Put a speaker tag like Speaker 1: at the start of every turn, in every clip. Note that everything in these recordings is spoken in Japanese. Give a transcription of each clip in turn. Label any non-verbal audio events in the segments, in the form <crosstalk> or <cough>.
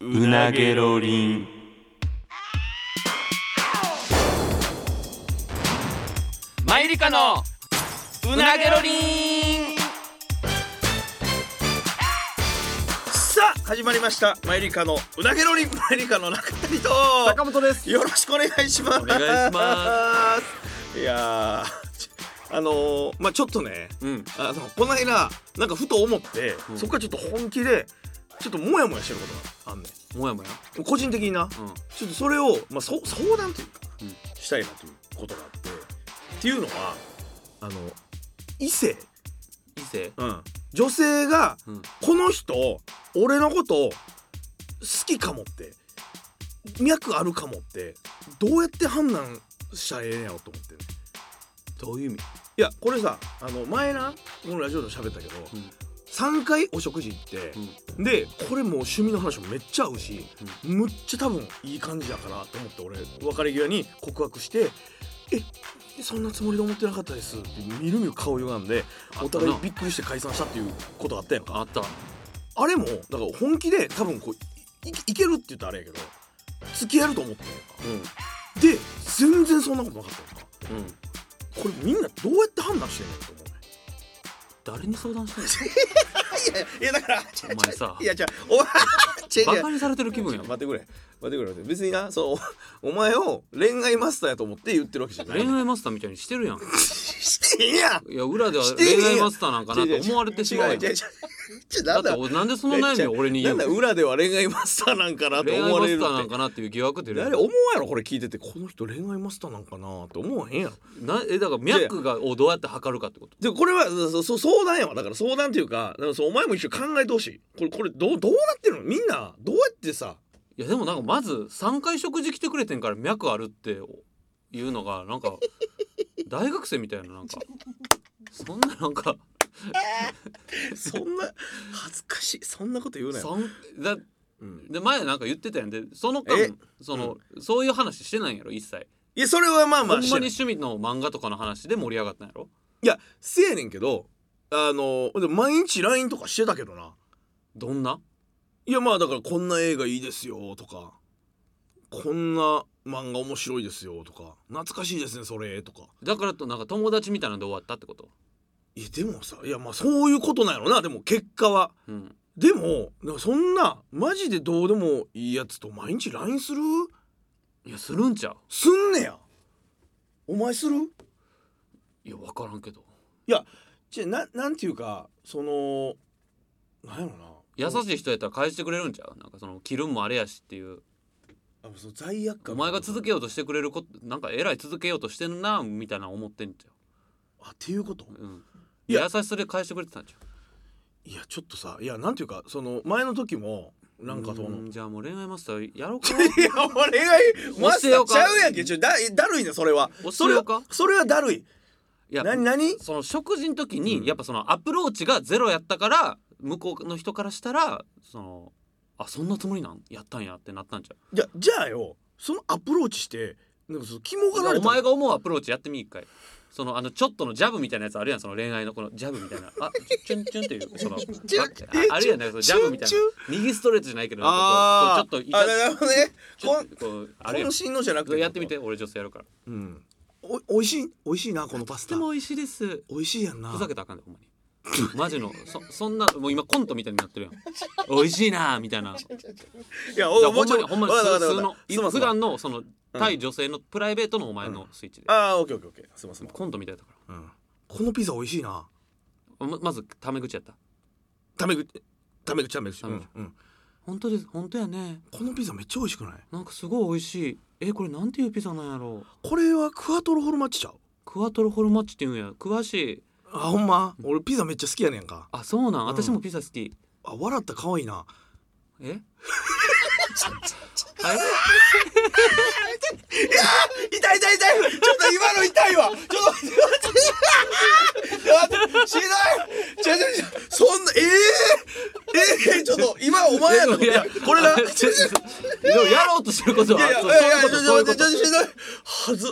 Speaker 1: うなげろりん
Speaker 2: マユリカのうなげろりん
Speaker 1: さあ始まりましたマイリカのうなげろりんマイリカの中谷と
Speaker 3: 坂本です。
Speaker 1: よろしくお願いします
Speaker 2: お願いします
Speaker 1: いやーあのー、まあちょっとね
Speaker 2: うん
Speaker 1: あのこの間なんかふと思って、
Speaker 2: うん
Speaker 1: そこからちょっと本気でちょっとモヤモヤしてることがあんね
Speaker 2: もやもや
Speaker 1: ん個人的にな
Speaker 2: うん
Speaker 1: ちょっとそれを、まあ、そ相談というか、
Speaker 2: うん
Speaker 1: したいなということがあってっていうのはあの異性、
Speaker 2: 異性
Speaker 1: 女性が
Speaker 2: うん
Speaker 1: この人俺のこと好きかもって脈あるかもってどうやって判断したらええんやろと思ってね
Speaker 2: どういう意味
Speaker 1: いやこれさあの前なこのラジオでも喋ったけど、
Speaker 2: うん
Speaker 1: 3回お食事行って、でこれもう趣味の話もめっちゃ合うし、むっちゃ多分いい感じやからと思って俺別れ際に告白して「えそんなつもりで思ってなかったです」ってみるみる顔歪んで
Speaker 2: あ
Speaker 1: お互
Speaker 2: あ
Speaker 1: いびっくりして解散したっていうことがあったやんか
Speaker 2: あった
Speaker 1: あれもだから本気で多分こういいいけるって言ったらあれやけど付き合えると思ってんやんか
Speaker 2: う
Speaker 1: で全然そんなことなかったやんか
Speaker 2: んうん
Speaker 1: これみんなどうやって判断してんのと思うね
Speaker 2: 誰に相談してん
Speaker 1: いやいやいやだから
Speaker 2: のお前さ
Speaker 1: いやじゃお前違う違 <laughs>
Speaker 2: バ
Speaker 1: う
Speaker 2: カにされてる気分やん
Speaker 1: 待ってくれ待ってくれ待って別になそうお前を恋愛マスターやと思って言ってるわけじゃない
Speaker 2: 恋愛マスターみたいにしてるやん
Speaker 1: してんやん
Speaker 2: いや裏で <laughs> は
Speaker 1: してん
Speaker 2: 恋
Speaker 1: やん
Speaker 2: 愛マスターなんかなと思われてしま
Speaker 1: 違
Speaker 2: うや
Speaker 1: 違
Speaker 2: ん
Speaker 1: 違う違う違う
Speaker 2: だ
Speaker 1: な
Speaker 2: っ
Speaker 1: ん
Speaker 2: て
Speaker 1: だ
Speaker 2: おなんでその悩みを俺に言う
Speaker 1: な
Speaker 2: の
Speaker 1: んだ裏では恋愛マスターなんかなと
Speaker 2: 恋愛
Speaker 1: 思わ
Speaker 2: マ
Speaker 1: れる
Speaker 2: スターな
Speaker 1: っ
Speaker 2: ん
Speaker 1: て
Speaker 2: かなっていう疑惑出るや
Speaker 1: 誰
Speaker 2: ん
Speaker 1: 思うやろこれ聞いててこの人恋愛マスターなんかなって思わへんやろ
Speaker 2: なえだから脈がをどうやって測るかってこと
Speaker 1: でこれはそそ相談やわだから相談というかだからそうお前も一緒に考えてほしいこれこれどうどうなってるのみんなどうやってさ
Speaker 2: いやでもなんかまず3回食事来てくれてんから脈あるっていうのがなんか大学生みたいななんかそんななんか
Speaker 1: そんな <laughs> 恥ずかしいそんなこと言うなよ、
Speaker 2: そんだ
Speaker 1: うん
Speaker 2: で前なんか言ってたやんでその
Speaker 1: え
Speaker 2: 間その、そういう話してないんやろ一切、
Speaker 1: いやそれはまあまあ
Speaker 2: ほん
Speaker 1: し
Speaker 2: ま
Speaker 1: てな
Speaker 2: に
Speaker 1: い
Speaker 2: 趣味の漫画とかの話で盛り上がったんやろ
Speaker 1: いやせやねんけどあので毎日 LINE とかしてたけどな
Speaker 2: どんない
Speaker 1: やまあだからこんな映画いいですよとかこんな漫画面白いですよとか懐かしいですねそれとか
Speaker 2: だからとなんか友達みたいなんで終わったってこと
Speaker 1: いやでもさいやまあそういうことなんやろなでも結果は
Speaker 2: うん
Speaker 1: でもなんかそんなマジでどうでもいいやつと毎日 LINE する
Speaker 2: いやするんちゃう
Speaker 1: すんねやお前する
Speaker 2: いや分からんけど
Speaker 1: じゃななんていうかそのなんやろな
Speaker 2: 優しい人やったら返してくれるんちゃうなんかその着るんもあれやしっていう
Speaker 1: あそう罪悪感
Speaker 2: お前が続けようとしてくれることなんかえらい続けようとしてんなみたいな思ってんじ
Speaker 1: あっていうこと
Speaker 2: ゃん、うん、
Speaker 1: いや
Speaker 2: 優しさで返してくれてたんじゃ
Speaker 1: いやちょっとさいやなんていうかその前の時も
Speaker 2: ん
Speaker 1: なんかその <laughs>
Speaker 2: うじゃあもう恋愛マスターやろうか
Speaker 1: いやもう恋愛マスターちゃうやんけ
Speaker 2: 教えようか
Speaker 1: ちょだだるいねそれは
Speaker 2: 教
Speaker 1: そ
Speaker 2: え
Speaker 1: れ
Speaker 2: よう
Speaker 1: は
Speaker 2: か
Speaker 1: それはだるい
Speaker 2: いや
Speaker 1: 何何
Speaker 2: その食事の時
Speaker 1: うん
Speaker 2: にやっぱそのアプローチがゼロやったから向こうの人からしたらそのあそんなつもりなんやったんやってなったんじゃ
Speaker 1: じゃじゃあよそのアプローチしてなんかその肝がら
Speaker 2: ん
Speaker 1: れ
Speaker 2: お
Speaker 1: た
Speaker 2: 前が思うアプローチやってみ一回そのあのちょっとのジャブみたいなやつあるやんその恋愛のこのジャブみたいなあチュンチュンっていう
Speaker 1: <laughs>
Speaker 2: そのあ
Speaker 1: ュン
Speaker 2: あるやんなんかそのジャブみたい
Speaker 1: チュン
Speaker 2: な右ストレートじゃないけどなん
Speaker 1: あ
Speaker 2: か
Speaker 1: ー
Speaker 2: こうこうちょっとい
Speaker 1: あ
Speaker 2: か
Speaker 1: なるほどね
Speaker 2: ちょ
Speaker 1: こ
Speaker 2: っとこうあ
Speaker 1: ん
Speaker 2: れやん
Speaker 1: 渾身のじゃなくて
Speaker 2: やってみて俺女性やるからと
Speaker 1: うんおおいしいおいしいなこのパス
Speaker 2: て
Speaker 1: タ
Speaker 2: も美味しいです
Speaker 1: おいしいやんな
Speaker 2: ふざけたらあかんでほんまにマジのそそんなもう今コントみたいになってるやん美味しいなーみたいない
Speaker 1: や
Speaker 2: い
Speaker 1: お
Speaker 2: や
Speaker 1: うも
Speaker 2: ほ
Speaker 1: うんちょっ
Speaker 2: ま
Speaker 1: と
Speaker 2: にほんまに
Speaker 1: わかっ
Speaker 2: 普
Speaker 1: たわか
Speaker 2: 通の
Speaker 1: ったす
Speaker 2: い
Speaker 1: まんすまん
Speaker 2: 普段のその対女性のプライベートのお前のスイッチで
Speaker 1: ああオッケーオッケーオッケーすいません、
Speaker 2: コントみたいだか
Speaker 1: うん、このピザおいしいな
Speaker 2: らままずタメ口やった
Speaker 1: タメ口タメ口タメ口、
Speaker 2: タ
Speaker 1: う
Speaker 2: メ
Speaker 1: ん
Speaker 2: 口
Speaker 1: うん、
Speaker 2: 本当です本当やね
Speaker 1: このピザめっちゃおいしくない
Speaker 2: なんかすごい美味しいえこれなんていうピザなんやろう
Speaker 1: これはクワトロホルマッチちゃう
Speaker 2: クワトロホルマッチっていうんや詳しい
Speaker 1: あほんま俺ピザめっちゃ好きやねんか
Speaker 2: あそうなん
Speaker 1: ん
Speaker 2: 私もピザ好き、
Speaker 1: あ笑った可愛いな
Speaker 2: え <laughs> あれ
Speaker 1: 痛い痛い痛いちょっと今の痛いわちょっと待って待ってしないちょちょちょそんなえええちょっと今お前やと思っていやこれな
Speaker 2: で
Speaker 1: い
Speaker 2: もやろうとしてることは
Speaker 1: やいやい
Speaker 2: そう
Speaker 1: やいや
Speaker 2: そういうこと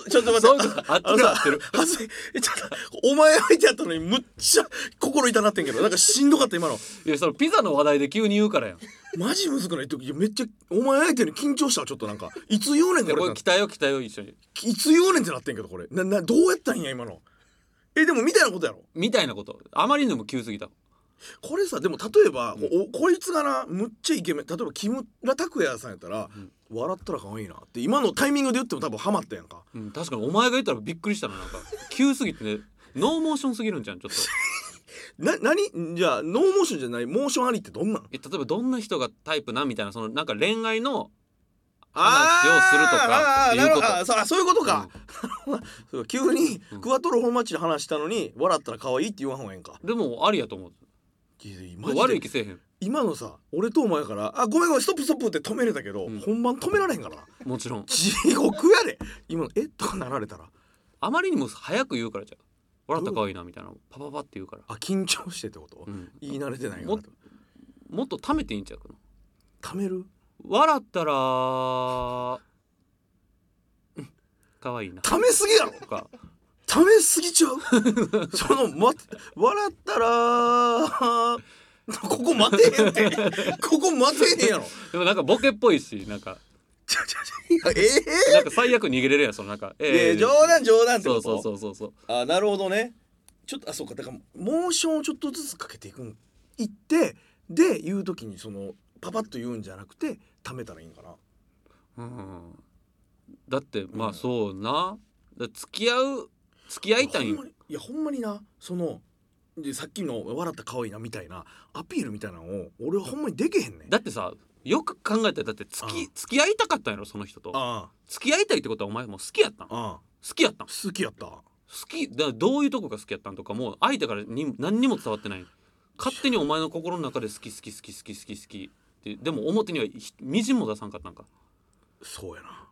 Speaker 1: ちょっと待ってちょっとはずちょっと待って
Speaker 2: そういうこと合ってる合ってる
Speaker 1: はずいちょっとお前相手やったのにむっちゃ心痛なってんけどなんかしんどかった今の
Speaker 2: いやそのピザの話題で急に言うからやん
Speaker 1: マジむずくないいやめっちゃお前相手に緊張したわちょっとなんかいつ言うねん
Speaker 2: で
Speaker 1: これ
Speaker 2: これ期待よ期待よ一緒に
Speaker 1: いつ言うねんってなってんけどこれななどうやったんや今のえでもみたいなことやろ
Speaker 2: みたいなことあまりにも急すぎた
Speaker 1: これさでも例えば、おこいつがなむっちゃイケメン例えば木村拓哉さんやったら、笑ったら可愛いなって今のタイミングで言っても多分ハマったやんか
Speaker 2: うん確かにお前が言ったらびっくりしたななんか急すぎてねノーモーションすぎるんじゃんちょっと
Speaker 1: な何じゃあノーモーションじゃないモーションありってどんなん
Speaker 2: え例えばどんな人がタイプなんみたいなそのなんか恋愛の話をすると
Speaker 1: あ
Speaker 2: か
Speaker 1: ーあー
Speaker 2: っていうこ
Speaker 1: なるほど
Speaker 2: と
Speaker 1: あそうあそういうことか、そう急にクワトロホルマッチの話したのに笑ったら可愛いって言わんほうがええんか
Speaker 2: でもありやと思う
Speaker 1: いやいやマジで
Speaker 2: 悪い気せえへん
Speaker 1: 今のさ俺とお前から「あごめんごめんストップストップ」って止めれたけど、
Speaker 2: うん
Speaker 1: 本番止められへんからな
Speaker 2: もちろん
Speaker 1: 地獄やで今の「えっ?」とかなられたら
Speaker 2: あまりにも早く言うからじゃう笑ったら可愛いなみたいなパパパって言うから、
Speaker 1: あ緊張してってこと、
Speaker 2: うん、
Speaker 1: 言い慣れてないか
Speaker 2: も
Speaker 1: らと
Speaker 2: もっと溜めていいんちゃうかな
Speaker 1: 貯める
Speaker 2: 笑ったらうん可愛いな
Speaker 1: 貯めすぎやろ
Speaker 2: とか
Speaker 1: 貯めすぎちゃうその、ま、笑ったらここ待てへんってここ待てへんやろ
Speaker 2: でもなんかボケっぽいしなんか
Speaker 1: ちょちょちょいやえ
Speaker 2: なんか最悪逃げれるやんそのなんか
Speaker 1: えいや
Speaker 2: ええ
Speaker 1: 冗談冗談って
Speaker 2: そ
Speaker 1: こ
Speaker 2: う
Speaker 1: と
Speaker 2: そうそうそうそう
Speaker 1: あなるほどねちょっとあそうかだからモーションをちょっとずつかけていくんいってで言う時にそのパパッと言うんじゃなくて貯めたらいいんかな
Speaker 2: うんだってま
Speaker 1: う
Speaker 2: あ
Speaker 1: ん
Speaker 2: そうな、だ付き合う付き合いたいん
Speaker 1: ほんまにいやほんまになそのでさっきの「笑った可愛いな」みたいなアピールみたいなのを俺はほんまにできへんねん
Speaker 2: だってさよく考えたらだって付
Speaker 1: う
Speaker 2: き付き合いたかったんやろその人と
Speaker 1: あ
Speaker 2: 付き合いたいってことはお前もう好きやったん
Speaker 1: あ
Speaker 2: 好
Speaker 1: ああ
Speaker 2: きやったん好
Speaker 1: 好きやった
Speaker 2: きだからどういうとこが好きやったんとかもう相手からに何にも伝わってない勝手にお前の心の中で好き好き好き好き好き好きってでも表にはひみじんも出さんかったんか
Speaker 1: そうやな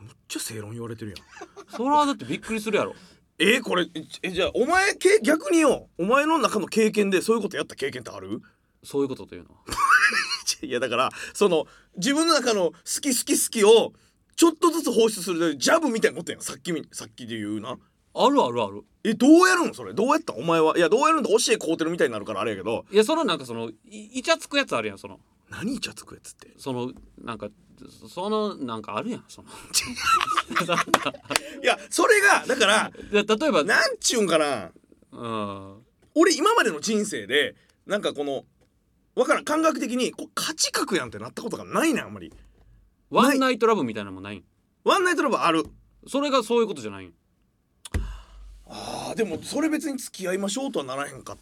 Speaker 1: むっちゃ正論言われてるやん
Speaker 2: それはだってびっくりするやろ <laughs>
Speaker 1: えこれえじゃあお前け逆によお前の中の経験でそういうことやった経験ってある
Speaker 2: そういうことというのはい
Speaker 1: やだからその自分の中の好き好き好きをちょっとずつ放出するジャブみたいなことやんさっきみさっきで言うな
Speaker 2: あるあるある
Speaker 1: えどうやるんそれどうやったんお前はいやどうやるんって教えこうてるみたいになるからあれやけど
Speaker 2: いやそのなんかそのいイチャつくやつあるやんその
Speaker 1: 何イチャつくやつって
Speaker 2: そのなんかそのなんかあるやんその <laughs>
Speaker 1: いやそれがだから
Speaker 2: で例えば
Speaker 1: なんちゅうんかな
Speaker 2: うん
Speaker 1: 俺今までの人生でなんかこのわからん感覚的にこう価値格やんってなったことがないねんあんまり
Speaker 2: ワンナイトラブみたいなのもないん
Speaker 1: ワンナイトラブある
Speaker 2: それがそういうことじゃないん
Speaker 1: あーでもそれ別に付き合いましょうとはならへんかっ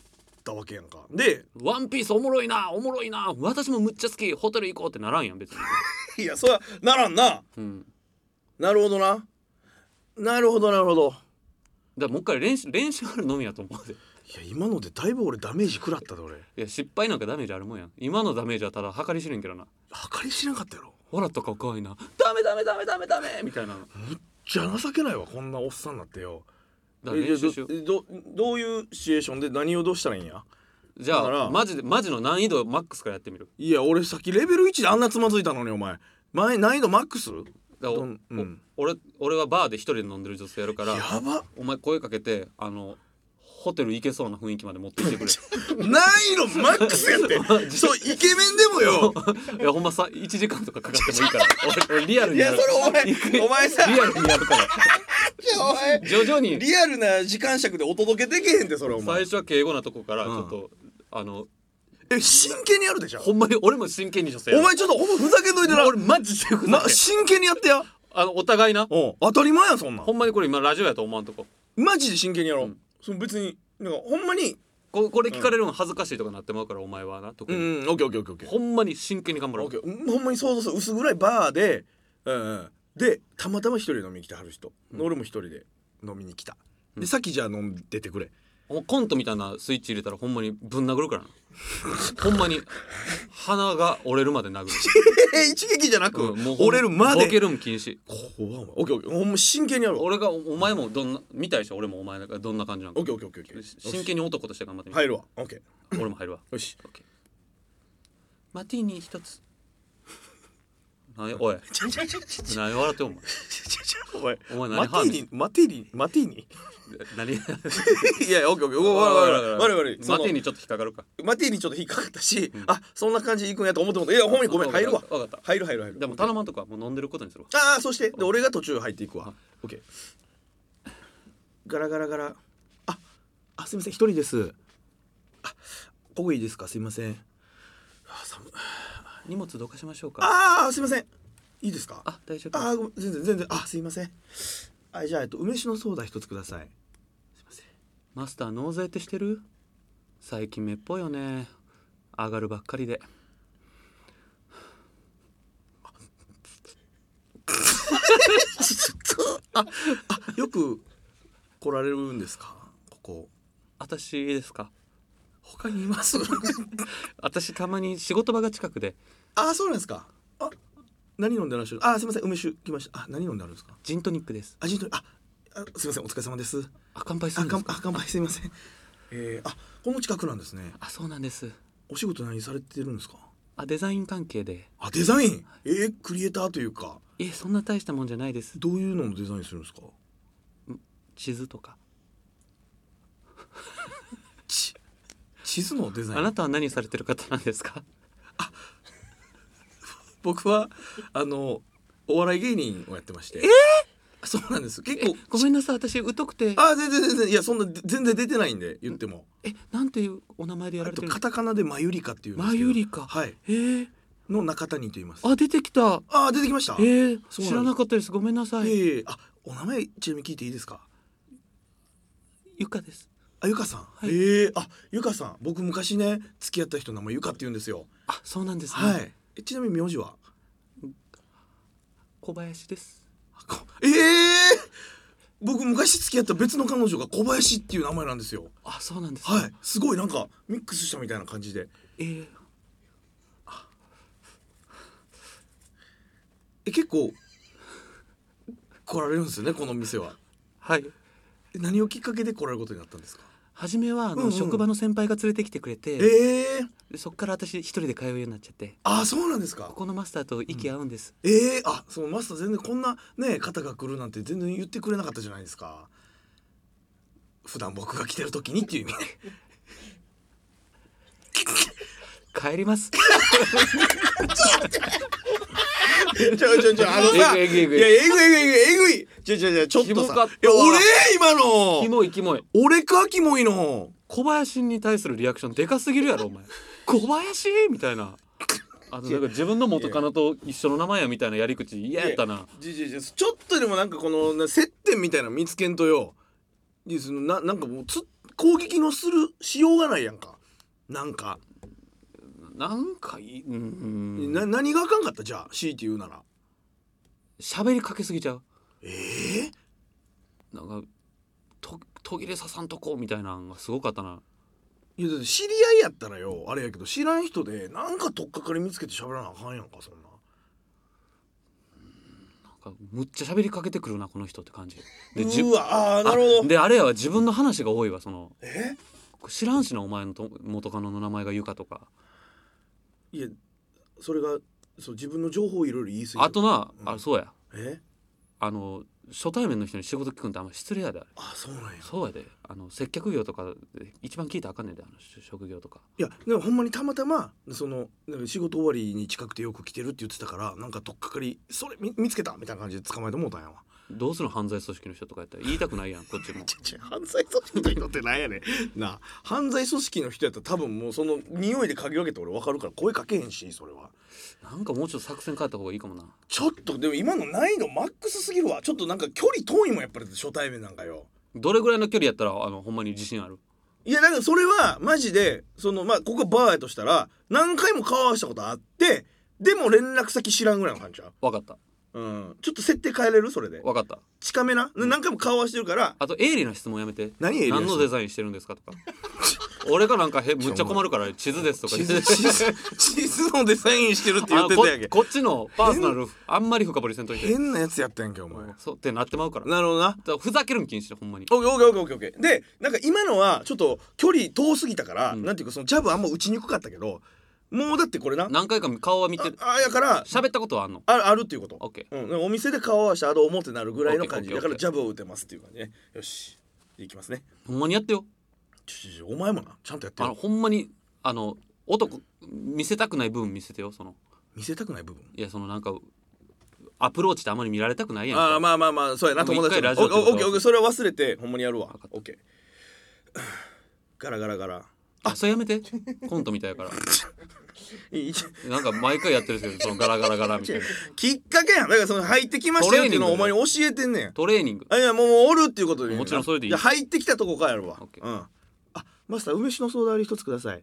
Speaker 1: たわけやんかで
Speaker 2: ワンピースおもろいなおもろいな私もむっちゃ好きホテル行こうってならんやん別に、
Speaker 1: いやそりゃならんな
Speaker 2: うん、
Speaker 1: なるほどななるほどなるほど
Speaker 2: だからもう一回練習練習あるのみやと思 <laughs> うでい
Speaker 1: いや今のでだいぶ俺ダメージ食らったで俺
Speaker 2: や失敗なんかダメージあるもんやん今のダメージはただ計り知れんけどな
Speaker 1: 計り知らんかったやろ
Speaker 2: ほらとか可愛いなダメダメダメダメダメみたいなだか
Speaker 1: じゃあ情けないわこんなおっさんになってよ
Speaker 2: ら
Speaker 1: え
Speaker 2: 練
Speaker 1: じゃ
Speaker 2: 習
Speaker 1: あ
Speaker 2: しよ
Speaker 1: ど
Speaker 2: う
Speaker 1: どどういうシチュエーションで何をどうしたらいいんや
Speaker 2: じ
Speaker 1: だか
Speaker 2: ゃ
Speaker 1: ら
Speaker 2: あマジでマジの難易度マックスからやってみる
Speaker 1: いや俺さっきレベル1であんなつまずいたのにお前前難易度マックス
Speaker 2: だからお
Speaker 1: どんうん
Speaker 2: お俺俺はバーで一人で飲んでる女性やるから
Speaker 1: やば
Speaker 2: お前声かけてあのホテル行けそうな雰囲気まで持ってき
Speaker 1: <laughs>
Speaker 2: てくれ
Speaker 1: 難易度 <laughs> マックスやってそうイケメンでもよ
Speaker 2: いやほんまさ1時間とかかかってもいいから俺俺リアルにやる
Speaker 1: <laughs> いやそれお前
Speaker 2: 行く
Speaker 1: お前さ
Speaker 2: リアルにやるから
Speaker 1: お前
Speaker 2: 徐々に
Speaker 1: リアルな時間尺でお届けできへんってそれお
Speaker 2: 最
Speaker 1: 前
Speaker 2: 初は敬語なとこからち
Speaker 1: うん
Speaker 2: ょっと、あの
Speaker 1: え真剣にやるでしょ
Speaker 2: ほんまに俺も真剣に女性
Speaker 1: お前ちょっとほんまふざけんといてな
Speaker 2: 俺マジでふざ
Speaker 1: ま
Speaker 2: けん
Speaker 1: 真剣にやってや
Speaker 2: あのお互いな
Speaker 1: お当たり前やんそんなん
Speaker 2: ほんまにこれ今ラジオやと思わんとこ
Speaker 1: マジで真剣にやろう、
Speaker 2: うん
Speaker 1: その別になんかほんまに
Speaker 2: ここれ聞かれるの恥ずかしいとかなってまうからお前はな特
Speaker 1: う
Speaker 2: に、
Speaker 1: んオッケーオッケーオッケーオッケー
Speaker 2: ほんまに真剣に頑張ろ
Speaker 1: オ
Speaker 2: う
Speaker 1: ッケーほんまに想像する薄暗いバーで、うんうん、でたまたま一人で飲みに来てはる人、
Speaker 2: うん
Speaker 1: 俺も一人で飲みに来た、
Speaker 2: うん
Speaker 1: でさっきじゃあ飲んでてくれ
Speaker 2: もうコントみたいなスイッチ入れたらほんまにぶん殴るからな <laughs> ほんまに鼻が折れるまで殴る、
Speaker 1: 一撃じゃなく、
Speaker 2: うんもうほん
Speaker 1: 折れるまで
Speaker 2: ボケるん禁止
Speaker 1: 怖いわオッケーオッケーほんま真剣にやろう
Speaker 2: 俺がおお前もどんな見たいでしょ俺もお前だからどんな感じなの
Speaker 1: オッケ
Speaker 2: か
Speaker 1: ーオッケーオッケーオッケー
Speaker 2: 真剣に男として頑張ってみて
Speaker 1: 入るわオッケー
Speaker 2: 俺も入るわ
Speaker 1: よし
Speaker 2: オッケマティーニ一つなんやおい
Speaker 1: ちょちょちょちょちょ
Speaker 2: 何笑ってんお前
Speaker 1: ちょちょお前
Speaker 2: お前
Speaker 1: マ
Speaker 2: 何
Speaker 1: ティーニマティーニマティーニい
Speaker 2: 何
Speaker 1: やオッケーオッケー悪い悪い悪い悪い悪い
Speaker 2: マティー
Speaker 1: ニ
Speaker 2: ニちょっと引っかかるか
Speaker 1: マティーニちょっと引っかかったし、
Speaker 2: うん
Speaker 1: あそんな感じでいくんやと思ってもったいやほんまにごめん入るわ
Speaker 2: 分かった
Speaker 1: 入る入る入る
Speaker 2: でも頼まんとかもう飲んでることにするわ
Speaker 1: ああそしてで俺が途中入っていくわ OK ガラガラガラああすいません一人ですあここいいですかすいませんあ寒い
Speaker 2: 荷物どかしましょうか
Speaker 1: あーすいませんいいですかあ
Speaker 2: あ大丈夫
Speaker 1: あーごめん全然全然あすいませんあじゃあ、えっと、梅酒のソーダ一つくださいすいません
Speaker 2: マスター納税ってしてる最近めっぽいよね上がるばっかりで
Speaker 1: ちょっとああよく来られるんですかここ
Speaker 2: 私ですか
Speaker 1: 他にいます
Speaker 2: 私たまに仕事場が近くで
Speaker 1: <laughs> ああそうなんですかあ何飲んでらっしゃるあーすいません梅酒来ましたあ何飲んであるんですか
Speaker 2: ジントニックです
Speaker 1: あ、ジントニックあ、あすみません、お疲れ様です。
Speaker 2: あ乾杯する
Speaker 1: あ、
Speaker 2: んで
Speaker 1: か
Speaker 2: す
Speaker 1: ん、
Speaker 2: か
Speaker 1: あ、乾杯すみません。えー、あ、この近くなんですね。
Speaker 2: あそうなんです
Speaker 1: お仕事何されてるんですか。
Speaker 2: あデザイン関係で
Speaker 1: あ、デザイン。えー、クリエイターというか、
Speaker 2: いえそんな大したもんじゃないです
Speaker 1: どういうのをデザインするんですか。
Speaker 2: 地図とか
Speaker 1: ち、地図のデザ
Speaker 2: あ
Speaker 1: イン
Speaker 2: な。たは何されてる方なんですか
Speaker 1: 僕は、あの、お笑い芸人をやってまして。えそうなんです。結
Speaker 2: え
Speaker 1: 構。
Speaker 2: ごめんなさい私疎くて
Speaker 1: あ、全然全然、いや、そんな、全然出てないんで、言っても。
Speaker 2: えなんていうお名前でや
Speaker 1: あ
Speaker 2: られ
Speaker 1: と、
Speaker 2: てるんで
Speaker 1: カ
Speaker 2: すか
Speaker 1: タカナでマユリカっていうんです
Speaker 2: マ
Speaker 1: けど。
Speaker 2: ユリカ
Speaker 1: はい。
Speaker 2: えー、
Speaker 1: の中谷と言います。
Speaker 2: あ出てきた
Speaker 1: あ、出てきました。
Speaker 2: えー、
Speaker 1: そうなんです
Speaker 2: 知らなかったですごめんなさい、
Speaker 1: いえいえあお名前ちなみに聞いていいですか
Speaker 2: ゆかです
Speaker 1: あゆかさん、
Speaker 2: い
Speaker 1: ええあゆかさん僕昔ね付き合った人の名前ゆかって言うんですよ
Speaker 2: あそうなんですね、
Speaker 1: はいえちなみに名字は <laughs>
Speaker 2: 小林です
Speaker 1: あこええ僕昔付き合った別の彼女が小林っていう名前なんですよ
Speaker 2: あそうなんですね
Speaker 1: はいすごいなんかミックスしたみたいな感じで
Speaker 2: えー、
Speaker 1: え結構来られるんですよねこの店は
Speaker 2: はい
Speaker 1: え何をきっかけで来られることになったんですか
Speaker 2: 初めはあ
Speaker 1: うん
Speaker 2: の、
Speaker 1: うん
Speaker 2: 職場の先輩が連れてきてくれて、
Speaker 1: ええ
Speaker 2: でそっから私一人で通うようになっちゃって
Speaker 1: あそうなんですか
Speaker 2: ここのマスターと息合うんです、
Speaker 1: ええあそのマスター全然こんなね方が来るなんて全然言ってくれなかったじゃないですか普段僕が来てる時にっていう意味で
Speaker 2: 帰ります
Speaker 1: ちょちょちょあのさ
Speaker 2: えぐいえぐ
Speaker 1: い
Speaker 2: いえぐい
Speaker 1: やえぐいえぐいえぐいちょちょちょちょっ
Speaker 2: キモ
Speaker 1: と
Speaker 2: か
Speaker 1: さ
Speaker 2: ったわ
Speaker 1: いや俺今の
Speaker 2: <laughs> キモいキモい
Speaker 1: 俺かキモいの
Speaker 2: 小林に対するリアクションでかすぎるやろお前 <laughs> 小林みたいなあとなんか自分の元カノと一緒の名前やみたいなやり口嫌やったな
Speaker 1: じゃじゃじゃちょっとでもなんかこのな接点みたいなの見つけんとよいやそのななんかもうつ攻撃のするしようがないやんかなんか、
Speaker 2: なんかいいうん
Speaker 1: な何があかんかったじゃあ強いて言うなら
Speaker 2: 喋りかけすぎちゃう
Speaker 1: ええ
Speaker 2: なんかと途切れささんとこみたいなのがすごかったない
Speaker 1: やだって知り合いやったらよあれやけど知らん人でなんか取っかかり見つけて喋らなあかんやんかそんな
Speaker 2: なんかむっちゃ喋りかけてくるなこの人って感じでじゅ
Speaker 1: うわあーなるほど
Speaker 2: であれやわ自分の話が多いわその
Speaker 1: え
Speaker 2: 知らんしなお前のと元カノの名前がゆかとか
Speaker 1: いやそれがそう自分の情報をいろいろ言い過ぎる
Speaker 2: あとな、
Speaker 1: うん
Speaker 2: あそうや
Speaker 1: え
Speaker 2: あの初対面の人に仕事聞くんってあんま失礼やであれ
Speaker 1: あそうなんや
Speaker 2: そうやであの接客業とかで一番聞いたらあかんねんであのし職業とか
Speaker 1: いやでもほんまにたまたまそのなんか仕事終わりに近くてよく来てるって言ってたからなんか取っかかりそれ見見つけたみたいな感じで捕まえてもうたんやわ
Speaker 2: どうする犯罪組織の人とかやったら言いたくないやんこっちも
Speaker 1: <laughs> ちょちょ犯罪組織の人ってなんやねん <laughs> なあ犯罪組織の人やったら多分もうその匂いで嗅ぎ分けて俺分かるから声かけへんしそれは
Speaker 2: なんかもうちょっと作戦変えた方がいいかもな
Speaker 1: ちょっとでも今の難易度マックスすぎるわちょっとなんか距離遠いもんやっぱり初対面なんかよ
Speaker 2: どれぐらいの距離やったらあのほんまに自信ある
Speaker 1: いやだからそれはマジでそのまあここがバーやとしたら何回も顔合わせたことあってでも連絡先知らんぐらいの感じちゃう
Speaker 2: わかった
Speaker 1: うんちょっと設定変えれるそれで
Speaker 2: わかった
Speaker 1: 近めなな何回も顔合わせてるから
Speaker 2: あと鋭利な質問やめて
Speaker 1: 何鋭利な質
Speaker 2: 何
Speaker 1: 問
Speaker 2: のデザインしてるんですかとか俺がなんかへむっちゃ困るから地図ですとか
Speaker 1: 地図地図地図のデザインしてるって
Speaker 2: あ
Speaker 1: 言っ
Speaker 2: の
Speaker 1: て
Speaker 2: こ
Speaker 1: たやんけ
Speaker 2: こっちのパーソナルあんまり深掘りせんといて
Speaker 1: 変なやつやったやんけお前
Speaker 2: そうってなってまうからだか
Speaker 1: なるほどな
Speaker 2: らふざけるん禁止だほんまに
Speaker 1: オッケーオッケーオッケーオッケーオッケーでなんか今のはちょっと距離遠すぎたから、
Speaker 2: うん
Speaker 1: なんていうかそのジャブあんま打ちにくかったけどもうだってこれな
Speaker 2: 何回か顔は見てる
Speaker 1: ああやから
Speaker 2: 喋ったことはあんの
Speaker 1: ああるっていうこと
Speaker 2: オッケー
Speaker 1: うん、でもお店で顔合わせてあどう思ってなるぐらいの感じ
Speaker 2: オ
Speaker 1: だ
Speaker 2: ッケーオッ
Speaker 1: か
Speaker 2: ケ
Speaker 1: ら
Speaker 2: ーオッ
Speaker 1: ジ
Speaker 2: ケ
Speaker 1: ャブを打てますっていう感じねよしいきますね
Speaker 2: ほんまにやってよ
Speaker 1: ちょちょちょお前もなちゃんとやって
Speaker 2: あの
Speaker 1: よ
Speaker 2: ほんまにあの男見せたくない部分見せてよその
Speaker 1: 見せたくない部分
Speaker 2: いやそのなんかアプローチってあんまり見られたくないやん
Speaker 1: ああまあまあまあそうやな
Speaker 2: もう
Speaker 1: 友達
Speaker 2: 一回ラジ
Speaker 1: オ
Speaker 2: オ
Speaker 1: ッ
Speaker 2: って
Speaker 1: ケー
Speaker 2: こ
Speaker 1: オ
Speaker 2: と
Speaker 1: ッケーオッケーそれは忘れてほんまにやるわ
Speaker 2: かった
Speaker 1: オッケー <sighs> ガラガラガラ
Speaker 2: あそれやめてコントみたいやから
Speaker 1: いい
Speaker 2: なんか毎回やってるんですけどそのガラガラガラみたいな
Speaker 1: きっかけやんだからその入ってきましたよっていうのをお
Speaker 2: トレ
Speaker 1: 前
Speaker 2: ーニング
Speaker 1: に教えてんねん
Speaker 2: トレーニング
Speaker 1: あいやもうもうおるっていうことでいいねんな
Speaker 2: もちろんそれでいい
Speaker 1: じゃあ入ってきたとこからやるわ
Speaker 2: オッケー
Speaker 1: うんあマスター梅酒のソーダ割り一つください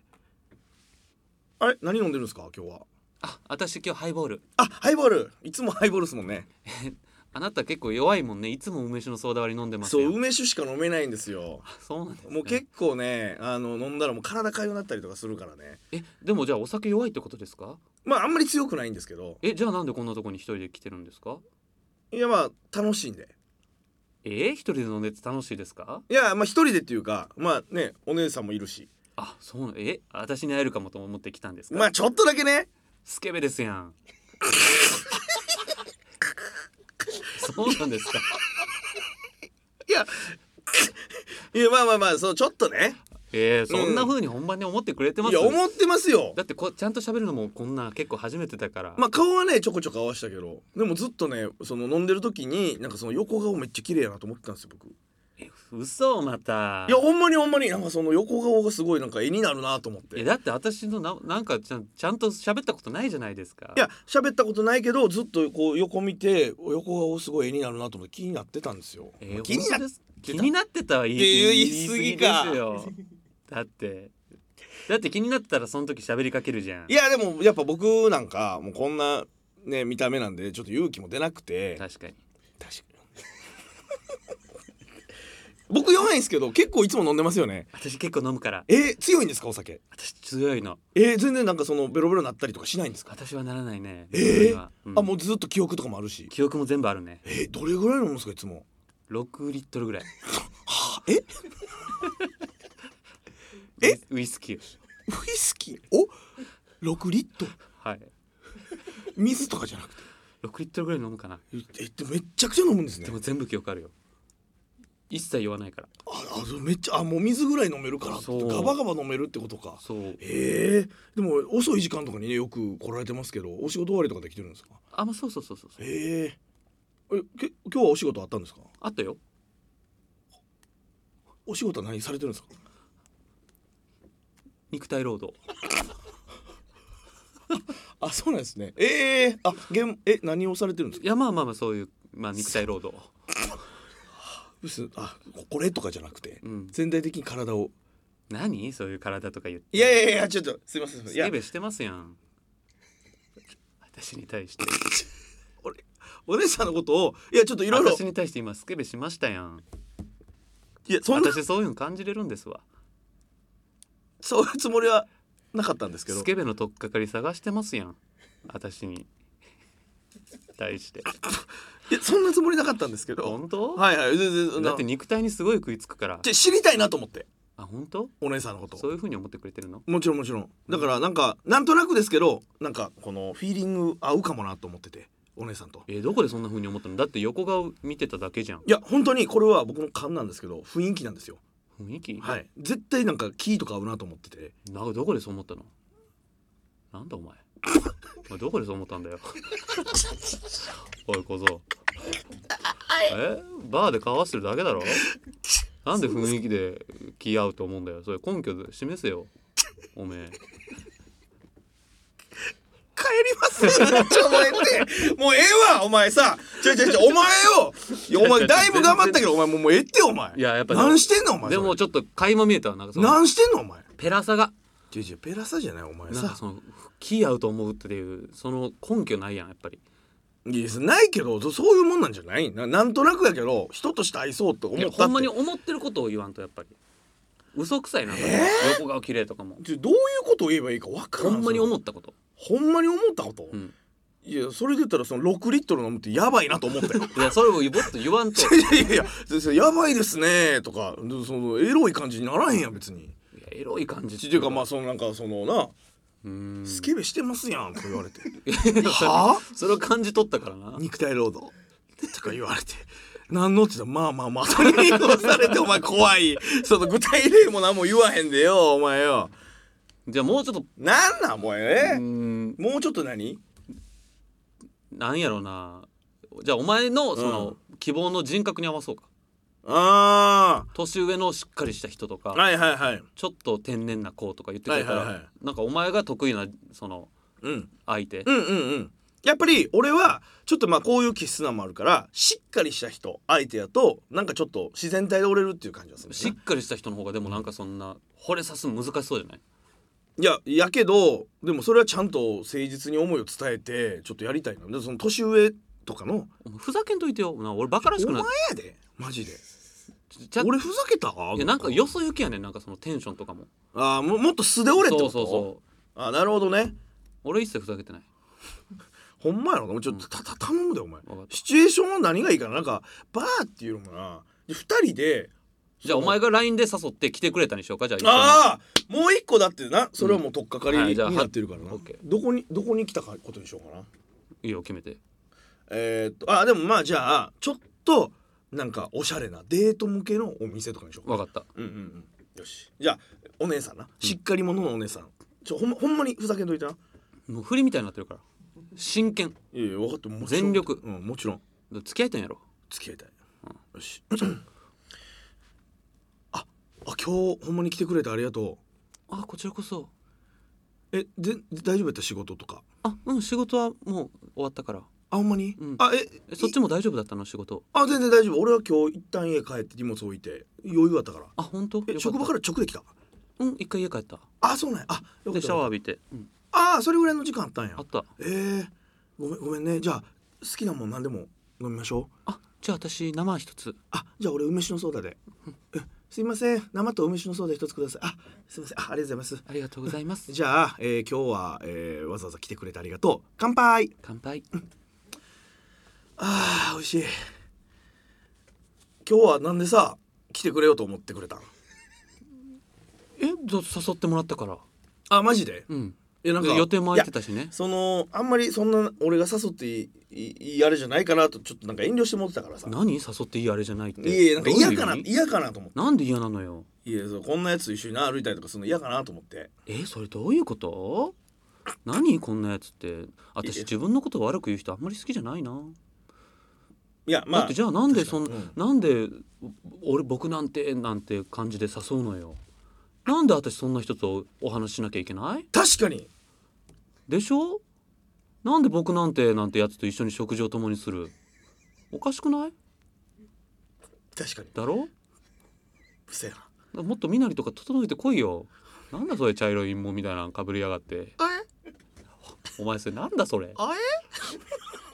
Speaker 1: あれ何飲んでるんですか今日は
Speaker 2: あ私今日ハイボール
Speaker 1: あハイボールいつもハイボールですもんね
Speaker 2: あなた結構弱いもんねいつも梅酒のソーダ割り飲んでます
Speaker 1: そ
Speaker 2: よ
Speaker 1: う梅酒しか飲めないんですよ
Speaker 2: あそうなんですね
Speaker 1: もう結構ねあの飲んだらもう体かゆくなったりとかするからね
Speaker 2: えでもじゃあお酒弱いってことですか
Speaker 1: まああんまり強くないんですけど
Speaker 2: えじゃあなんでこんなとこに一人で来てるんですか
Speaker 1: いやまあ楽しいんで
Speaker 2: えー、一人で飲んでて楽しいですか
Speaker 1: いやまあ一人でっていうかまあねお姉さんもいるし
Speaker 2: あそうなえ私に会えるかもと思って来たんですか、
Speaker 1: まあちょっとだけね
Speaker 2: スケベですや
Speaker 1: <laughs>
Speaker 2: んそうなんですか
Speaker 1: いやいやまあまあまあそうちょっとね
Speaker 2: えー、そんな風に本番に思ってくれてま
Speaker 1: い
Speaker 2: す、
Speaker 1: や思ってますよ
Speaker 2: だってこちゃんと喋るのもこんな結構初めてだから、
Speaker 1: まあ顔はねちょこちょこ合わせたけどでもずっとねその飲んでる時になんかその横顔めっちゃ綺麗やなと思ってたんですよ僕い
Speaker 2: え嘘また
Speaker 1: やほんまにほんまになんかその横顔がすごいなんか絵になるなと思って
Speaker 2: え
Speaker 1: い
Speaker 2: だって私のななんかちゃんちゃんと喋ったことないじゃないですか
Speaker 1: や喋ったことないけどずっとこう横見て横顔すごい絵になるなと思って気になってたんですよ、
Speaker 2: えー
Speaker 1: 気にな
Speaker 2: 本
Speaker 1: っ
Speaker 2: 当です気になってたは言い
Speaker 1: っていう言
Speaker 2: 言
Speaker 1: い過ぎ
Speaker 2: い
Speaker 1: か
Speaker 2: 過ぎですよだってだって気になってたらその時喋りかけるじゃん
Speaker 1: いやでもやっぱ僕なんかもうこんなね見た目なんでちょっと勇気も出なくて
Speaker 2: 確かに
Speaker 1: 確かに <laughs> 僕弱いんですけど結構いつも飲んでますよね
Speaker 2: 私結構飲むから
Speaker 1: えー強いんですかお酒
Speaker 2: 私強いの
Speaker 1: えー全然なんかそのベロベロになったりとかしないんですか
Speaker 2: 私はならないね
Speaker 1: えー
Speaker 2: え
Speaker 1: あもうずっと記憶とかもあるし
Speaker 2: 記憶も全部あるね
Speaker 1: えーどれぐらい飲むんですかいつも
Speaker 2: 6リットルぐらい
Speaker 1: はええ
Speaker 2: ウイウイスキー
Speaker 1: ウイスキーを6リットル
Speaker 2: はい
Speaker 1: 水とかじゃなくて
Speaker 2: 6リットルぐらい飲むかな
Speaker 1: えでめっちゃくちゃ飲むんですね
Speaker 2: でも全部記憶あるよ一切言わないから
Speaker 1: ああそうめっちゃあもう水ぐらい飲めるから
Speaker 2: そう
Speaker 1: ガバガバ飲めるってことか
Speaker 2: そう
Speaker 1: ええでも遅い時間とかにねよく来られてますけどお仕事終わりとかできてるんですか
Speaker 2: あまあそうそうそうそうそう
Speaker 1: えええけ今日はお仕事あったんですか
Speaker 2: あったよ
Speaker 1: お仕事は何されてるんですか
Speaker 2: 肉体労働
Speaker 1: あそうなんですねええあげんえ何をされてるんです
Speaker 2: いやまあまあまあそういうまあ肉体労働
Speaker 1: かあここれとかじゃなくて
Speaker 2: うん
Speaker 1: 全体的に体を
Speaker 2: 何そういう体とか言って
Speaker 1: いやいやいやちょっとすいませんすいません
Speaker 2: ス
Speaker 1: いや
Speaker 2: ケベしてますやん私に対して
Speaker 1: お姉さんのことをいやちょっといろいろ
Speaker 2: 私に対して今スケベしましたやん
Speaker 1: いやそんな
Speaker 2: 私そういうの感じれるんですわ
Speaker 1: そういうつもりはなかったんですけど
Speaker 2: スケベの取っかかり探してますやん私に対して
Speaker 1: いやそんなつもりなかったんですけど
Speaker 2: 本当、
Speaker 1: はいはい全然そんな
Speaker 2: だって肉体にすごい食いつくから
Speaker 1: じゃ知りたいなと思って
Speaker 2: あ本当
Speaker 1: お姉さんのことを
Speaker 2: そういう風に思ってくれてるの
Speaker 1: もちろんもちろんだからなんかなんとなくですけどなんかこのフィーリング合うかもなと思っててお姉さんと
Speaker 2: えーどこでそんな風に思ったのだって横顔見てただけじゃん
Speaker 1: いや本当にこれは僕の勘なんですけど雰囲気なんですよ
Speaker 2: 雰囲気、
Speaker 1: はい絶対なんかキーとか合うなと思ってて
Speaker 2: なんかどこでそう思ったのなんだお前お前どこでそう思ったんだよおい小僧えバーで顔合わせてるだけだろなんで雰囲気で気合うと思うんだよそれ根拠で示せよおめえ
Speaker 1: 帰りますちょお前ってもうええわお前さちょいちょいちょいお前よいやお前だいぶ頑張ったけどお前もうもうええってお前
Speaker 2: いややっぱ
Speaker 1: 何してんのお前
Speaker 2: でも
Speaker 1: そ
Speaker 2: ちょっと垣間見えたわなんかそ
Speaker 1: れ
Speaker 2: の
Speaker 1: 何してんのお前
Speaker 2: ペラさが
Speaker 1: ちょいちょいペラサじゃないお前
Speaker 2: なんか
Speaker 1: さ
Speaker 2: その気合うと思うっていうその根拠ないやんやっぱり
Speaker 1: いやないけどそそういうもんなんじゃないななんとなくやけど人として愛そうと思っ
Speaker 2: い
Speaker 1: た
Speaker 2: や
Speaker 1: って
Speaker 2: ほんまに思ってることを言わんとやっぱり嘘くさいな、横顔綺麗とかも
Speaker 1: ちょどういうことを言えばいいか分から
Speaker 2: ほ
Speaker 1: ん
Speaker 2: んまに思
Speaker 1: そ
Speaker 2: ったこと
Speaker 1: れほんまに思ったこと、
Speaker 2: うん
Speaker 1: いやそれで言ったらその6リットル飲むってやばいなと思ったよ
Speaker 2: <laughs> いやそれをもっと言わんとい
Speaker 1: いやいやいや先生やばいですねとかそのエロい感じにならへんやん別に
Speaker 2: やエロい感じ
Speaker 1: ちっていうかまあそのなんかそのな
Speaker 2: うーん
Speaker 1: スケベしてますやんとか言われて
Speaker 2: それ
Speaker 1: は
Speaker 2: <laughs> それを感じ取ったからな
Speaker 1: あ肉体労働とか言われて何のって言ったらまあまあまあとに言わされてお前怖いその具体例も何も言わへんでよお前よ
Speaker 2: じゃあもうちょっと
Speaker 1: なんなんもう
Speaker 2: うー
Speaker 1: え
Speaker 2: ん
Speaker 1: もうちょっと何
Speaker 2: なんやろうなじゃあお前のその、希望の人格に合わそうか
Speaker 1: あ
Speaker 2: 年上のしっかりした人とか、
Speaker 1: あはいはいはい
Speaker 2: ちょっと天然な子とか言ってくれたら、
Speaker 1: はいはいはい
Speaker 2: なんかお前が得意なその
Speaker 1: うん
Speaker 2: 相手、
Speaker 1: うんうんうんやっぱり俺はちょっとまあこういう気質なのもあるからしっかりした人相手やとなんかちょっと自然体で折れるっていう感じがするんだ
Speaker 2: し
Speaker 1: よ
Speaker 2: っかりした人の方がでもなんかそんな惚れさすの難しそうじゃない
Speaker 1: ないややけどでもそれはちゃんと誠実に思いを伝えてちょっとやりたいなでその年上とかの
Speaker 2: お前ふざけんといてよな俺バカらし
Speaker 1: お
Speaker 2: くな
Speaker 1: 前
Speaker 2: い
Speaker 1: やでマジで
Speaker 2: ちゃ
Speaker 1: 俺ふざけた
Speaker 2: いやなんかよそ行きやねんなんかそのテンションとかも
Speaker 1: ああももっと素で折れって
Speaker 2: そ
Speaker 1: こと
Speaker 2: うそうそう
Speaker 1: あなるほどね
Speaker 2: 俺一切ふざけてない
Speaker 1: ほんまやろなもうちょっとたた頼むでお前
Speaker 2: わかった
Speaker 1: シチュエーションは何がいいかななんかバーっていうのもな2人で
Speaker 2: じゃあお前が LINE で誘って来てくれたにしようかじゃあ一緒に
Speaker 1: ああもう一個だってなそれはもう取っかかり
Speaker 2: うんはい
Speaker 1: に
Speaker 2: じゃあ
Speaker 1: なってるからな、
Speaker 2: オッケー
Speaker 1: どこにどこに来たかことにしようかない
Speaker 2: いよ決めて
Speaker 1: えー、っとあでもまあじゃあちょっとなんかおしゃれなデート向けのお店とかにしようか
Speaker 2: わかった
Speaker 1: うんうんうんよしじゃあお姉さんなしっかり者のお姉さんちょほん,、ま、ほんまにふざけんといてな
Speaker 2: もう振りみたいになってるから真剣
Speaker 1: いやいや分かってもちろん
Speaker 2: 全力
Speaker 1: うんもちろん
Speaker 2: 付き合いたいんやろ
Speaker 1: 付き合いたい、よしああ今日ほんまに来てくれてありがと
Speaker 2: あこちらこそう
Speaker 1: えで大丈夫やった仕事とか
Speaker 2: あうん仕事はもう終わったから
Speaker 1: あほんまに、
Speaker 2: うん
Speaker 1: あえ
Speaker 2: えそっちも大丈夫だったの仕事
Speaker 1: あ全然大丈夫俺は今日一旦家帰って荷物置いて余裕あったから
Speaker 2: あ本当よか
Speaker 1: え
Speaker 2: った
Speaker 1: 職場から直で来た
Speaker 2: うん一回家帰った
Speaker 1: あそうなんやあよか
Speaker 2: で
Speaker 1: っ
Speaker 2: シ
Speaker 1: た
Speaker 2: ャワー
Speaker 1: あ
Speaker 2: 浴びて、うん、
Speaker 1: あーそれぐらいの時間あったんや
Speaker 2: あった
Speaker 1: えー、ごめんごめんねじゃあ好きなもん何でも飲みましょう
Speaker 2: あじゃあ私生一つ
Speaker 1: あじゃあ俺梅酒のソーダでえすいません生と梅酒のソーダ一つくださいあすいませんあありがとうございます
Speaker 2: ありがとうござ
Speaker 1: <laughs>
Speaker 2: います
Speaker 1: じゃあ、えー今日は、えーわざわざ来てくれてありがとう乾杯
Speaker 2: 乾杯
Speaker 1: あー美味しい今日はなんでさ来てくれようと思ってくれたん
Speaker 2: えど誘ってもらったから
Speaker 1: あマジで
Speaker 2: うん
Speaker 1: えなんか
Speaker 2: 予定も空いてたしね
Speaker 1: そのあんまりそんな俺が誘っていいいいあれじゃないかなとちょっとなんか遠慮してもってたからさ
Speaker 2: 何誘っていいあれじゃないって
Speaker 1: いやいやなんか
Speaker 2: どういう
Speaker 1: 嫌かな
Speaker 2: 意味
Speaker 1: 嫌かなと思っ
Speaker 2: なんで嫌なのよ
Speaker 1: ていやそうこんなやつと一緒にな歩いたりとかするの嫌かなと思って
Speaker 2: えそれどういうこと何こんなやつって
Speaker 1: い
Speaker 2: 私
Speaker 1: や
Speaker 2: 自分のこと悪く言う人あんまり好きじゃないな、
Speaker 1: いやま
Speaker 2: だっ
Speaker 1: あ
Speaker 2: てじゃあなんでそん、
Speaker 1: 確かに
Speaker 2: なんで俺僕なんてなんて感じで誘うのよなんで私そんな人とお話ししなきゃいけない
Speaker 1: 確かに
Speaker 2: でしょなんで僕なんてなんてやつと一緒に食事を共にするおかしくない
Speaker 1: 確かに
Speaker 2: だろ
Speaker 1: うせえな
Speaker 2: もっと身なりとか整えてこいよなんだそれ茶色い陰謀みたいなのかぶりやがって
Speaker 1: あえ
Speaker 2: お前それなんだそれ
Speaker 1: あえ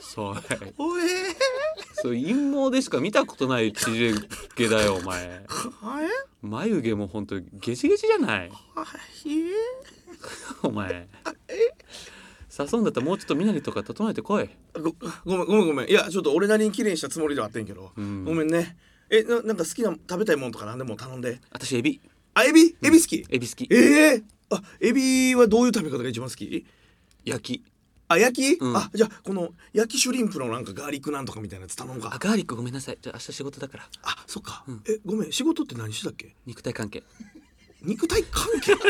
Speaker 2: それ
Speaker 1: おえ
Speaker 2: それ陰謀でしか見たことない縮毛だよお前
Speaker 1: あえ
Speaker 2: 眉毛もほんとゲシゲシじゃない <laughs>
Speaker 1: あえ
Speaker 2: お前誘うんだったらもうちょっと身なりとか整えてこい
Speaker 1: ごごめんごめんごめんいやちょっと俺なりに綺麗にしたつもりではあってんけど、
Speaker 2: うん
Speaker 1: ごめんねえななんか好きな食べたいもんとか何でも頼んで
Speaker 2: 私エビ
Speaker 1: あエビエビ好き、
Speaker 2: エビ好き
Speaker 1: ええあエビはどういう食べ方が一番好き
Speaker 2: 焼き
Speaker 1: あ焼き、
Speaker 2: うん
Speaker 1: あじゃあこの焼きシュリンプのなんかガーリックなんとかみたいなやつ頼む
Speaker 2: あ
Speaker 1: か
Speaker 2: ガーリックごめんなさいじゃあ明日仕事だから
Speaker 1: あそっか、えごめん仕事って何してたっけ
Speaker 2: 肉体関係
Speaker 1: 肉体関係
Speaker 2: <laughs>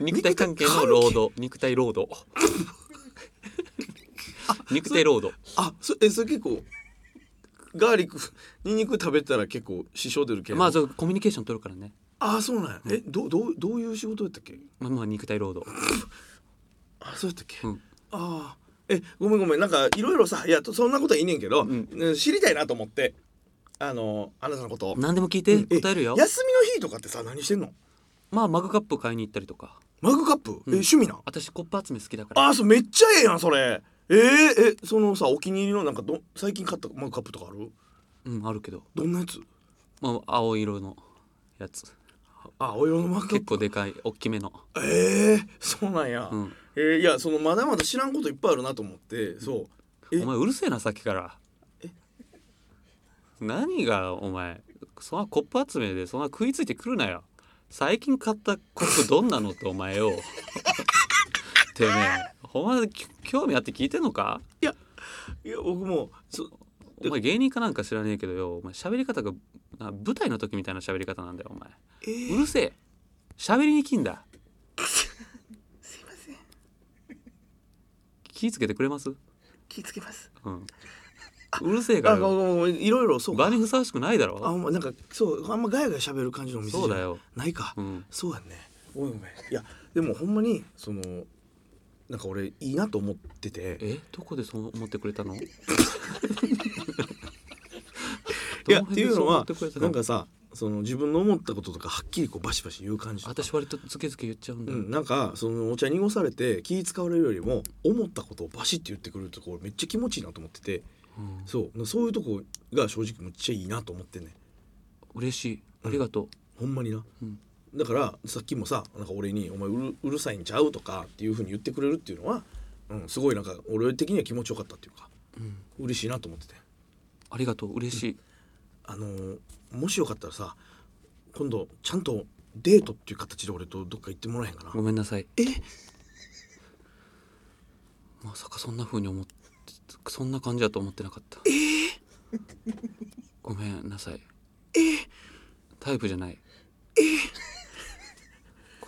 Speaker 2: 肉体関係の労働肉体労 <laughs> 働肉体労働
Speaker 1: あそえそれ結構ガーリックニンニク食べたら結構支障出るけど
Speaker 2: まあそうコミュニケーション取るからね
Speaker 1: あそうなんやえどうどうどういう仕事やったっけ
Speaker 2: まあまあ肉体労働
Speaker 1: あそうやったっけ、
Speaker 2: うん
Speaker 1: ああえごめんごめんなんかいろいろさいやそんなことはいいねんけど、
Speaker 2: ん
Speaker 1: うん知りたいなと思ってあのあなたのこと
Speaker 2: 何でも聞いて
Speaker 1: え
Speaker 2: 答えるよ
Speaker 1: 休みの日とかってさ何してんの
Speaker 2: まあマグカップ買いに行ったりとか
Speaker 1: マグカップ、え趣味なん
Speaker 2: 私コップ集め好きだから
Speaker 1: あーそうめっちゃええやんそれえー、えそのさお気に入りのなんかど最近買ったマグカップとかある
Speaker 2: うんあるけど
Speaker 1: どんなやつ
Speaker 2: まあ青色のやつ
Speaker 1: あお色のマグカッ
Speaker 2: 結
Speaker 1: プ
Speaker 2: 構でかい大きめの
Speaker 1: ええー、そうなんや、
Speaker 2: うん
Speaker 1: えーいやそのまだまだ知らんこといっぱいあるなと思ってそうえ
Speaker 2: お前うるせえなさっきから何がお前そんなコップ集めでそんな食いついてくるなよ最近買ったコップどんなのってお前よてめえほんまき興味あって聞いてんのか
Speaker 1: いや僕もそ
Speaker 2: お前芸人かなんか知らねえけどよお前喋り方がな舞台の時みたいな喋り方なんだよお前
Speaker 1: えー
Speaker 2: うるせえ喋りに来んだ
Speaker 1: すいません
Speaker 2: 気ぃつけてくれます
Speaker 1: 気ぃつけます
Speaker 2: うんうるせえか
Speaker 1: あ
Speaker 2: ら
Speaker 1: ごめん
Speaker 2: よ
Speaker 1: ごめんいろいろそうか
Speaker 2: 場にふさわしくないだ
Speaker 1: あほ
Speaker 2: ろ
Speaker 1: んまなんかそうあんまガヤガヤ喋る感じのお店じ
Speaker 2: そう
Speaker 1: ゃ
Speaker 2: だよ
Speaker 1: ないか、
Speaker 2: うん
Speaker 1: そうやんねごめんごめんいやでもほんまにそのなんか俺いいなと思ってて
Speaker 2: えどこでそう思ってくれ <laughs> たの
Speaker 1: い
Speaker 2: い
Speaker 1: やっていうのはなん
Speaker 2: か
Speaker 1: かさその自分の思ったこととかはっきりこうバシバシ言う感じとか
Speaker 2: 私割とズケズケ言っちゃうん
Speaker 1: う
Speaker 2: だよ、
Speaker 1: ん、なんかそのお茶濁されて気使われるよりも思ったことをバシッて言ってくれるところめっちゃ気持ちいいなと思ってて
Speaker 2: うん
Speaker 1: そうそういうとこが正直むっちゃいいなと思ってんねん
Speaker 2: 嬉しいありがとう、
Speaker 1: ほんまにな、
Speaker 2: うん
Speaker 1: だからさっきもさなんか俺に「お前うるうるさいんちゃう?」とかっていうふうに言ってくれるっていうのは、うん、すごいなんか俺的には気持ちよかったっていうか
Speaker 2: うん
Speaker 1: 嬉しいなと思ってて
Speaker 2: ありがとう嬉しい、
Speaker 1: あのーもしよかったらさ今度ちゃんとデートっていう形で俺とどっか行ってもらえへんかな
Speaker 2: ごめんなさい
Speaker 1: え
Speaker 2: まさかそんな風に思ってそんな感じだと思ってなかったごめんなさいタイプじゃない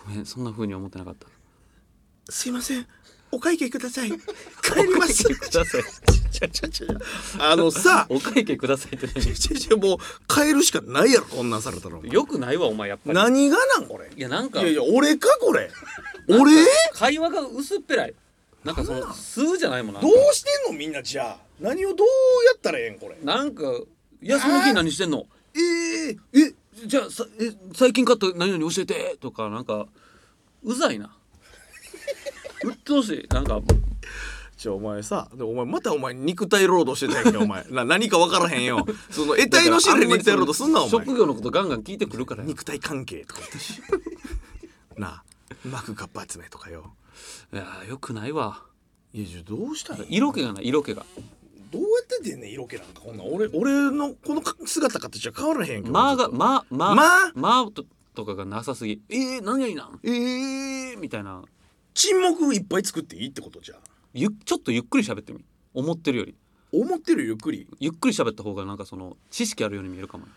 Speaker 2: ごめんそんな風に思ってなかった
Speaker 1: すいませんお会計くだ
Speaker 2: <laughs>
Speaker 1: さい帰りま
Speaker 2: お
Speaker 1: す
Speaker 2: 会計ください
Speaker 1: ちゃちゃちゃちゃあのさ
Speaker 2: お会計くださいって何
Speaker 1: ちゃちゃもう帰るしかないやろこんなんされたらお前
Speaker 2: よくないわお前やっぱり
Speaker 1: 何がなんこれ
Speaker 2: いやなんか
Speaker 1: いやいや俺かこ <laughs> れ俺
Speaker 2: 会話が薄っぺらいなんかその数じゃないもんな
Speaker 1: どうしてんのみんなじゃあ何をどうやったらええんこれ
Speaker 2: なんか休みの日何してんの
Speaker 1: えええ
Speaker 2: じゃあさえ最近買った何々教えてとかなんかうざいな <laughs> 鬱陶しいなんか
Speaker 1: じゃあお前さでお前またお前肉体労働してたやんけお前な何か分からへんよそ <laughs> の得体の知れない肉体労働すんなお前
Speaker 2: 職業のことガンガン聞いてくるからよ
Speaker 1: 肉体関係とか言ったしなあ膜活発めとかよ
Speaker 2: いやよくないわ
Speaker 1: いやじゃあどうしたらいい
Speaker 2: 色気がない色気が
Speaker 1: どうやって出んねん色気なんかこんなん俺俺のこの姿形は変わらへんけど
Speaker 2: まあがまあまあ
Speaker 1: まあ
Speaker 2: まあととかがなさすぎえー、何がいいなんえー、みたいな
Speaker 1: 沈黙いっぱい作っていいってことじゃん
Speaker 2: ゆちょっとゆっくり喋ってみ思ってるより
Speaker 1: 思ってるよゆっくり
Speaker 2: ゆっくり喋った方がなんかその知識あるように見えるかも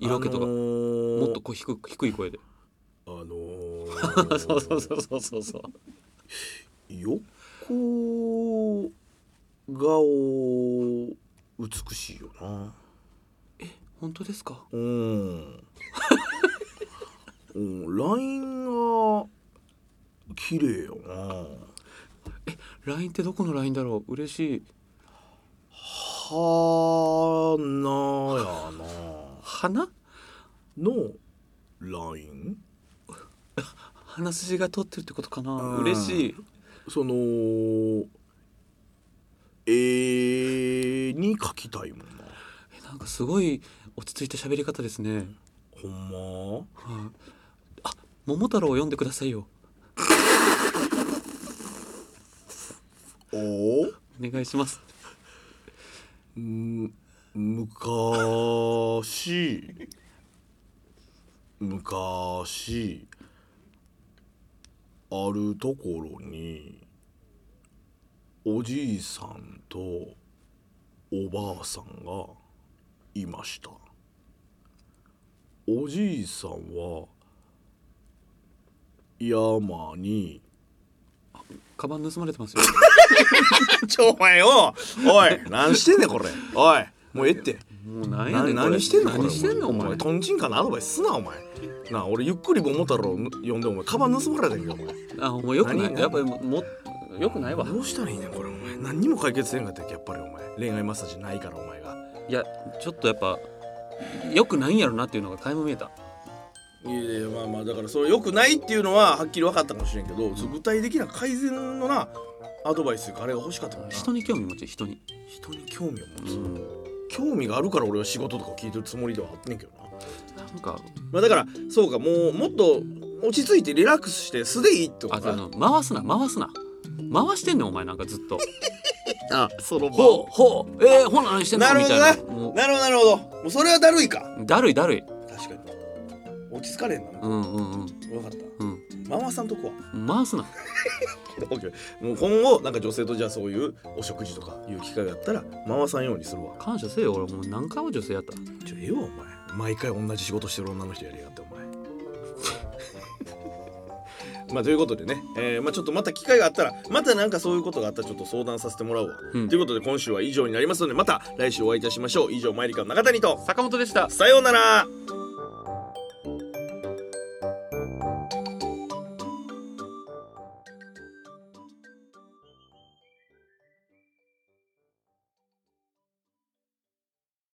Speaker 2: 色気とか、
Speaker 1: あのー
Speaker 2: もっとこう低く低い声で
Speaker 1: あのー
Speaker 2: <laughs> そうそうそうそうそうそう <laughs>
Speaker 1: 横顔美しいよな
Speaker 2: 本当ですか
Speaker 1: うんうんラインが綺麗よな
Speaker 2: LINE ってどこの LINE だろう嬉しい
Speaker 1: 花やな
Speaker 2: 花
Speaker 1: のライン
Speaker 2: 鼻筋が通ってるってことかな
Speaker 1: うん
Speaker 2: 嬉しい
Speaker 1: その絵に描きたいもんな
Speaker 2: えなんかすごい落ち着いた喋り方ですね、
Speaker 1: ほんま
Speaker 2: はいあ桃太郎を読んでくださいよ
Speaker 1: お
Speaker 2: お願いします
Speaker 1: む昔昔あるところにおじいさんとおばあさんがいましたおじいさんは山に
Speaker 2: カバン盗まれてますよ
Speaker 1: ちょお前よおい何してんねんこれおいもうええって
Speaker 2: <laughs> もうなんや
Speaker 1: な
Speaker 2: ねんこれ
Speaker 1: 何してんの
Speaker 2: 何してんのお前
Speaker 1: とんちんかなアドバイスすなお前なあ俺ゆっくり桃太郎呼んでお前カバン盗まれたんけどお前
Speaker 2: あもうよくな
Speaker 1: 何
Speaker 2: いやっぱりももよくないわ
Speaker 1: どうしたらいいねんこれお前何にも解決せんかったやっぱりお前恋愛マッサージないからお前が
Speaker 2: いやちょっとやっぱよくないんやろなっていうのが垣間見えた
Speaker 1: いやいやまあまあだからそれよくないっていうのははっきり分かったかもしれんけど、その具体的な改善のなアドバイスがあれが欲しかったからな
Speaker 2: 人に興味持ち人に
Speaker 1: 人に興味を持
Speaker 2: う
Speaker 1: つ、
Speaker 2: ん
Speaker 1: 興味があるから俺は仕事とかを聞いてるつもりではあってんけどな
Speaker 2: なんか
Speaker 1: まあだからそうかもうもっと落ち着いてリラックスして素でいいってこ
Speaker 2: あ
Speaker 1: と
Speaker 2: そ
Speaker 1: か
Speaker 2: の回すな回すな回してんねんお前なんかずっと
Speaker 1: あその
Speaker 2: ほうほうえー、ほな何してんの
Speaker 1: なる
Speaker 2: み
Speaker 1: ほど
Speaker 2: たい
Speaker 1: ね
Speaker 2: なも
Speaker 1: なるほどなるほどもうそれはだるいか
Speaker 2: うだるいだるい
Speaker 1: 確かに落ち着かれへんな、
Speaker 2: うんうんうん
Speaker 1: 分かった
Speaker 2: うん
Speaker 1: ママさんとこは
Speaker 2: 回すな
Speaker 1: もう今後なんか女性とじゃあそういうお食事とかいう機会があったらママさんようにするわ
Speaker 2: 感謝せよ俺もう何回も女性やった
Speaker 1: ちょええわお前毎回同じ仕事してる女の人やりやがってお前 <laughs> まあということでね、えーまあ、ちょっとまた機会があったらまたなんかそういうことがあったらちょっと相談させてもらうわ、
Speaker 2: うん
Speaker 1: ということで今週は以上になりますのでまた来週お会いいたしましょう以上マイリカの中谷と
Speaker 2: 坂本でした
Speaker 1: さようなら